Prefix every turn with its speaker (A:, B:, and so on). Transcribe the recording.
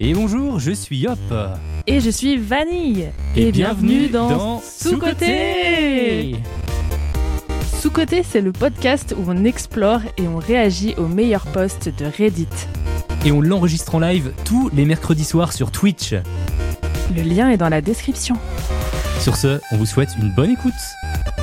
A: Et bonjour, je suis Yop.
B: Et je suis Vanille.
A: Et, bienvenue, dans
B: Sous-Côté. Sous-Côté, c'est le podcast où on explore et on réagit aux meilleurs posts de Reddit.
A: Et on l'enregistre en live tous les mercredis soirs sur Twitch.
B: Le lien est dans la description.
A: Sur ce, on vous souhaite une bonne écoute.